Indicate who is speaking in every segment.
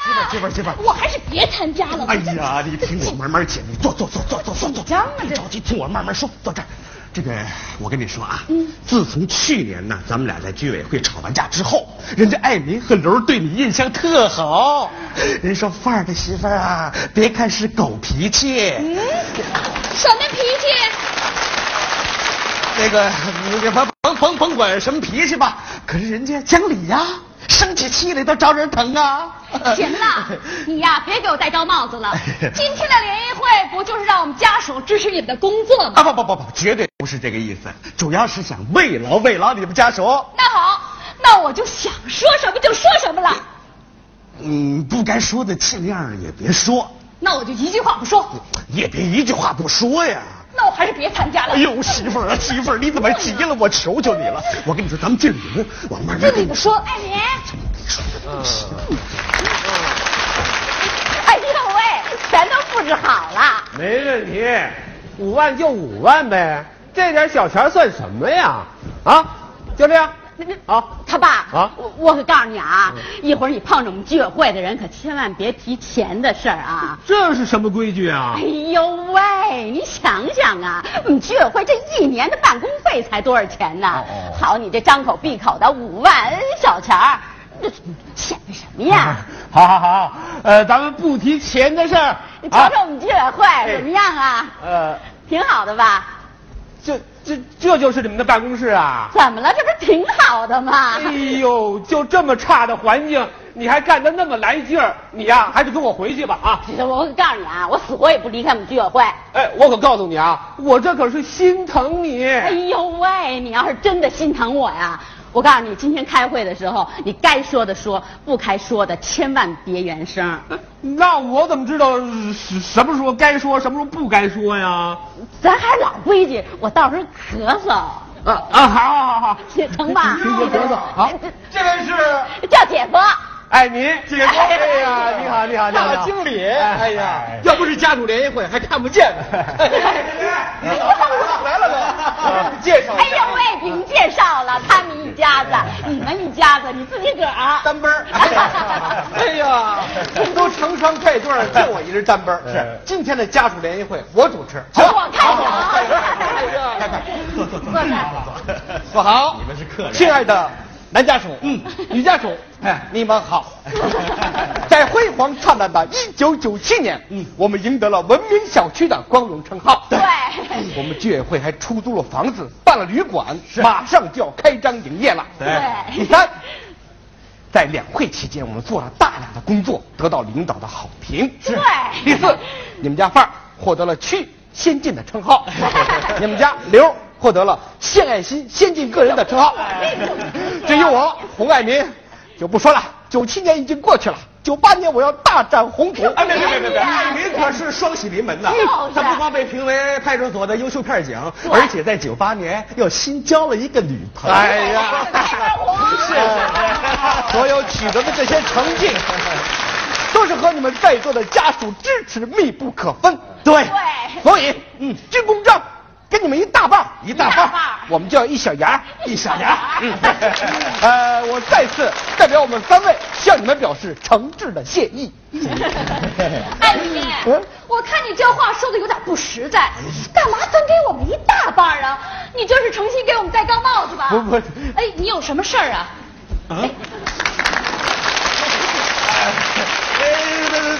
Speaker 1: 呀，
Speaker 2: 媳妇儿媳妇儿
Speaker 1: 我还是别参加了吧。
Speaker 2: 哎呀，你听我慢慢讲，你坐坐坐坐坐坐坐，
Speaker 1: 紧张啊
Speaker 2: 别
Speaker 1: 这
Speaker 2: 着急，听我慢慢说。坐这儿，这个我跟你说啊，
Speaker 1: 嗯
Speaker 2: 自从去年呢，咱们俩在居委会吵完架之后，人家艾明和刘对你印象特好，人说范儿的媳妇儿啊，别看是狗脾气，
Speaker 1: 嗯，什么脾 气？
Speaker 2: 那个你甭甭甭甭管什么脾气吧，可是人家讲理呀、生起气来都招人疼啊。
Speaker 1: 行 了，你呀，别给我戴高帽子了
Speaker 2: 哎呀。
Speaker 1: 今天的联谊会不就是让我们家属支持你们的工作吗？
Speaker 2: 啊不不不不，绝对不是这个意思，主要是想慰劳慰劳你们家属。
Speaker 1: 那好，那我就想说什么就说什么了。
Speaker 2: 哎嗯，不该说的尽量也别说，
Speaker 1: 那我就一句话不说。
Speaker 2: 也别一句话不说呀。
Speaker 1: 那我还是别参加了。
Speaker 2: 嗯哎呦，媳妇儿啊，媳妇儿，你怎么急了？我求求你了！我跟你说，咱们进里屋，我慢慢
Speaker 1: 这
Speaker 2: 跟
Speaker 1: 里
Speaker 2: 你
Speaker 1: 头说，艾琳，
Speaker 3: 嗯哎呦喂，全都布置好了。
Speaker 4: 没问题，五万就五万呗，这点小钱算什么呀？啊，就这样
Speaker 3: 那
Speaker 2: 嗯
Speaker 3: 那，
Speaker 4: 好，
Speaker 3: 他爸
Speaker 4: 啊
Speaker 3: 我我可告诉你啊，一会儿你碰着我们居委会的人，可千万别提钱的事儿 啊。
Speaker 4: 这是什么规矩啊
Speaker 3: 哎？呦喂，你想想啊，我们居委会这一年的办公费才多少钱呢？
Speaker 4: 哦哦
Speaker 3: 好，你这张口闭口的五万小钱儿，这显摆什么哎 呀？
Speaker 4: 好好好，呃，咱们不提钱的事儿。
Speaker 3: 你瞧瞧
Speaker 4: 啊哎
Speaker 3: 我们居委会怎么样啊？
Speaker 4: 呃，
Speaker 3: 挺好的吧？
Speaker 4: 这这这就是你们的办公室啊？
Speaker 3: 怎么了？这不是挺好的吗？
Speaker 4: 哎呦，就这么差的环境，你还干得那么来劲儿，你呀、还是跟我回去吧啊！
Speaker 3: 我告诉你啊，我死活也不离开我们居委会。
Speaker 4: 哎，我可告诉你啊，我这可是心疼你。
Speaker 3: 哎呦喂，你要是真的心疼我呀，我告诉你，今天开会的时候，你该说的说，不该说的千万别原声。
Speaker 4: 那我怎么知道什什么时候该说，什么时候不该说呀？
Speaker 3: 咱还是老规矩，我到时候咳嗽，
Speaker 4: 啊啊，好好好，
Speaker 3: 成 吧？
Speaker 4: 听我咳嗽。好，这位是
Speaker 3: 叫姐夫。
Speaker 4: 艾民，姐
Speaker 3: 夫哎呀
Speaker 4: 你好，你好，你好，
Speaker 5: 大经理，哎呀，哎
Speaker 4: 要
Speaker 5: 要不是家属联谊会，还看不见呢。
Speaker 1: 哎
Speaker 5: 哎来了都，介绍一
Speaker 3: 哎
Speaker 5: 下
Speaker 3: 呦喂，别介绍了，他们一家子，你们一家子，你自己个
Speaker 1: 啊
Speaker 3: 儿。
Speaker 5: 单 奔儿。哎呀，都成双配对儿，就我一人单奔儿。是今天的家属联谊会，我主持。
Speaker 3: 我看
Speaker 5: 好好好哎呀
Speaker 3: 着啊
Speaker 2: 坐
Speaker 5: 快快快。
Speaker 2: 坐坐
Speaker 3: 坐这儿
Speaker 2: 坐
Speaker 5: 富豪，
Speaker 2: 你们是客人
Speaker 5: 亲爱的男家属，嗯，女家属，
Speaker 2: 哎
Speaker 5: 你们好。在辉煌灿烂的1997年，嗯，我们赢得了文明小区的光荣称号。
Speaker 3: 对
Speaker 5: 我们居委会还出租了房子，办了旅馆，马上就要开张营业了。
Speaker 3: 对
Speaker 5: 第三，在两会期间，我们做了大量的工作，得到领导的好评。
Speaker 3: 是对
Speaker 5: 第四，你们家范儿获得了区先进的称号， 你们家刘获得了献爱心先进个人的称号。 至于我洪爱民，就不说了。九七年已经过去了，九八年我要大展宏图。
Speaker 2: 哎，别别别别别，您可是双喜临门呐
Speaker 3: 就！是啊
Speaker 2: 他不光被评为派出所的优秀片儿警，而且在九八年又新交了一个女朋友。啊
Speaker 5: 哎呀，哎
Speaker 3: 是啊
Speaker 5: 是，所有取得的这些成绩，都是和你们在座的家属支持密不可分。对
Speaker 3: 对
Speaker 5: 所以，嗯，军功章给你们一大半儿，一
Speaker 3: 大半儿一大半儿
Speaker 5: 我们叫一小芽儿，
Speaker 3: 一小芽儿
Speaker 5: 嗯，呃，我再次代表我们三位向你们表示诚挚的谢 意。嗯呃
Speaker 1: 艾琳，哎我看你这话说的有点不实在，干嘛分给我们一大半儿啊？你这是诚心给我们戴高帽子吧？
Speaker 5: 不不
Speaker 1: 哎，你有什么事儿啊？
Speaker 2: 啊！哎，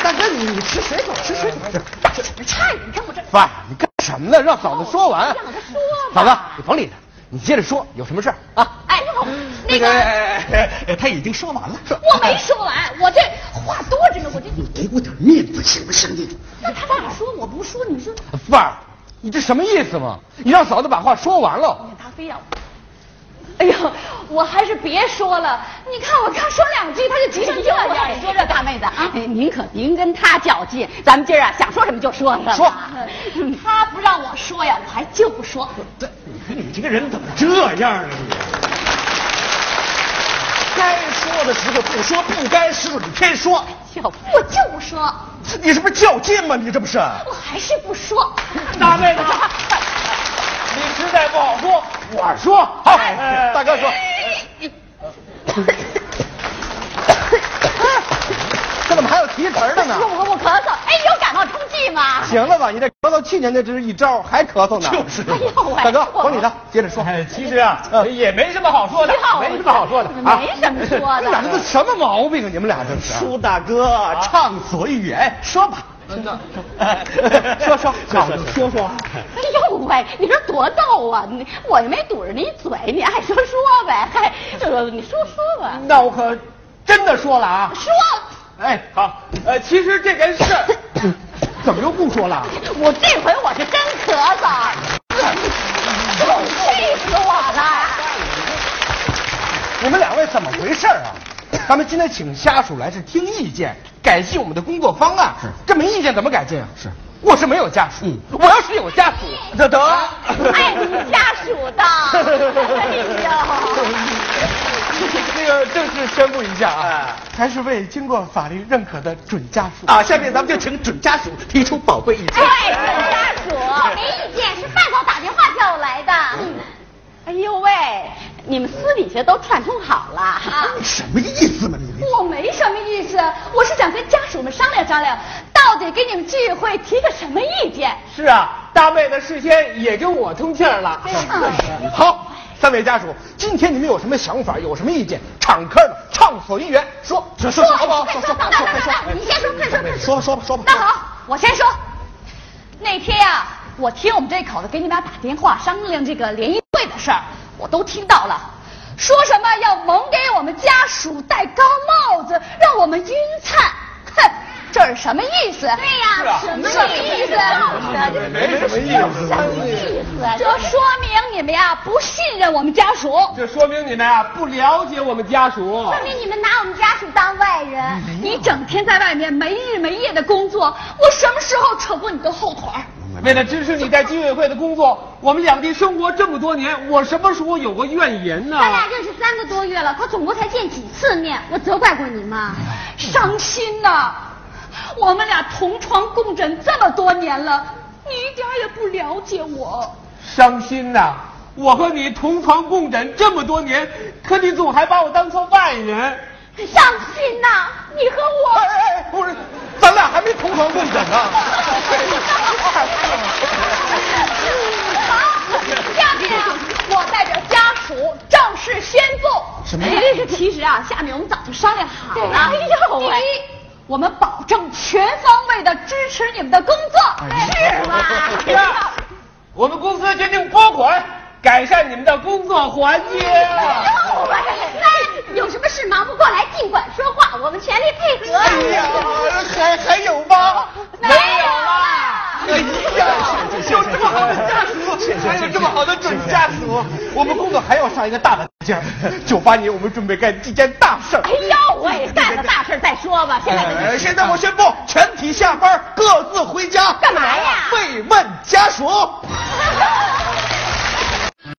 Speaker 2: 大哥，你你吃水果，吃水果。
Speaker 1: 差点让我这
Speaker 5: 爸，你干什么呢？让嫂子说完。
Speaker 1: 让他说吧
Speaker 5: 嫂子，你甭理他，你接着说，有什么事儿啊？
Speaker 1: 哎，那
Speaker 2: 哎
Speaker 1: 个
Speaker 2: 哎哎哎，他已经说完了。
Speaker 1: 我没说哎完，我这话多着呢，我这
Speaker 2: 你给我点面子行不行？你
Speaker 1: 那他让我说我不说，你说
Speaker 5: 范儿，你这什么意思嘛？你让嫂子把话说完了。
Speaker 1: 他非要。哎呦，我还是别说了。你看我刚说两句，他就急成这样。哎
Speaker 3: 你说这大妹子啊，您可别跟她较劲，咱们今儿啊想说什么就说什么。
Speaker 5: 说
Speaker 1: 嗯他不让我说呀，我还就不说。
Speaker 2: 这，你看你这个人怎么这样啊你？该说的时候不说，不该时候你偏说，
Speaker 3: 就
Speaker 1: 我就不说，
Speaker 2: 你这不是较劲吗？你这不是？
Speaker 1: 我还是不说。
Speaker 4: 大妹子，你实在不好说，我说好。
Speaker 5: 哎，大哥说，这怎么还有提词儿了呢
Speaker 3: 哎呦我我咳嗽，哎，有感冒冲剂吗？
Speaker 5: 行了吧，你这咳嗽去年那只是一招，还咳嗽呢。
Speaker 2: 就是
Speaker 3: 哎呦喂，
Speaker 5: 大哥，
Speaker 3: 我
Speaker 5: 管你的，接着说。
Speaker 4: 哎，其实啊，
Speaker 5: 嗯
Speaker 4: 也没什么好说的
Speaker 3: 你好，
Speaker 4: 没什么好说的啊。
Speaker 3: 没什么说
Speaker 5: 你俩这都
Speaker 3: 的。
Speaker 5: 什么毛病啊？啊你们俩这是？
Speaker 2: 舒大哥畅所欲言，说吧，真的，
Speaker 5: 嗯说说
Speaker 2: 说说说，
Speaker 3: 哎呦喂，你说多逗啊！你我也没堵着你嘴，你爱说说呗，嗨，就说你说说吧，
Speaker 4: 那我可真的说了啊。
Speaker 3: 说。
Speaker 4: 哎，好，呃，其实这件事 儿，怎么又不说
Speaker 5: 啊
Speaker 4: 了？
Speaker 3: 我这回我是真咳 嗽，气死我了！
Speaker 5: 你们两位怎么回事儿啊？咱们今天请家属来是听意见，改进我们的工作方案。
Speaker 2: 是
Speaker 5: 这没意见怎么改进啊？
Speaker 2: 是，
Speaker 5: 我是没有家属。
Speaker 2: 嗯
Speaker 5: 我要是有家属，那得
Speaker 1: 啊
Speaker 4: 啊
Speaker 1: 哎
Speaker 3: 爱哎你们家 属的，哎呦。
Speaker 5: 那个正式宣布一下啊，还是为经过法律认可的准家属
Speaker 2: 啊，下面咱们就请准家属提出宝
Speaker 1: 哎
Speaker 2: 贵意见。
Speaker 1: 对，
Speaker 3: 哎
Speaker 1: 准家属没意见，是范总打电话叫我来的。
Speaker 3: 哎呦喂，你们私底下都串通好了啊？
Speaker 2: 什么意思嘛？你
Speaker 1: 我没什么意思，我是想跟家属们商量商量，到底给你们居委会提个什么意见。
Speaker 4: 是啊，大妹的事先也跟我通气儿了。
Speaker 1: 哎
Speaker 5: 好，三位家属，今天你们有什么想法，有什么意见，敞开的，畅所欲言，说说说好不好？
Speaker 1: 快
Speaker 5: 说
Speaker 1: 说，
Speaker 5: 快
Speaker 1: 等
Speaker 5: 说
Speaker 1: 等
Speaker 5: 快
Speaker 1: 等
Speaker 5: 说，
Speaker 1: 等，你先说，快说，快
Speaker 5: 说说吧说吧。
Speaker 1: 那好，我先说。那天呀、我听我们这口子给你们俩打电话商量这个联谊会的事儿，我都听到了，说什么要猛给我们家属戴高帽子，让我们晕菜。哼，这是什么意思？对呀、什么意思？
Speaker 4: 哎
Speaker 5: 没什么意思。
Speaker 1: 这说明你们呀不信任我们家属。
Speaker 4: 这说明你们啊不了解我们家属。
Speaker 1: 明你们拿我们家属当外人，哦你整天在外面没日没夜的工作，我什么时候扯过你的后腿儿？
Speaker 4: 为了支持你在居委会的工作，我们两地生活这么多年，我什么时候有过怨言
Speaker 1: 哦
Speaker 4: 呢？
Speaker 6: 咱俩认识三个多月了，可总共才见几次面，我责怪过你吗？
Speaker 1: 伤心呐、我们俩同床共枕这么多年了，你一点儿也不了解我。
Speaker 4: 伤心呐、我和你同床共枕这么多年，可你总还把我当成外人。
Speaker 1: 伤心呐、你和我
Speaker 5: 哎哎哎，不是，咱俩还没同床共枕呢。
Speaker 1: 好，下面啊，我代表家属正式宣布，
Speaker 2: 什么
Speaker 3: 哎，其实啊，下面我们早就商量好了。
Speaker 1: 哎呦喂！第一，我们保证全方位的支持你们的工作，是吗？
Speaker 4: 第二，我们公司决定拨款改善你们的工作环境。
Speaker 6: 那有什么事忙不过来，尽管说话，我们全力配合。
Speaker 5: 哎
Speaker 4: 啊
Speaker 5: 呀，还还有吗？
Speaker 1: 没有啦。
Speaker 5: 哎呀，有这么好的家属，还有这么好的准家属，我们工作还要上一个大的台阶儿。九八年，我们准备干一件大事儿。
Speaker 3: 哎呦喂，干了大事儿再说吧，哎现在赶紧
Speaker 5: 呃现在我宣布，全体下班，各自回家。
Speaker 3: 干嘛呀
Speaker 5: 慰问家属。
Speaker 1: 哎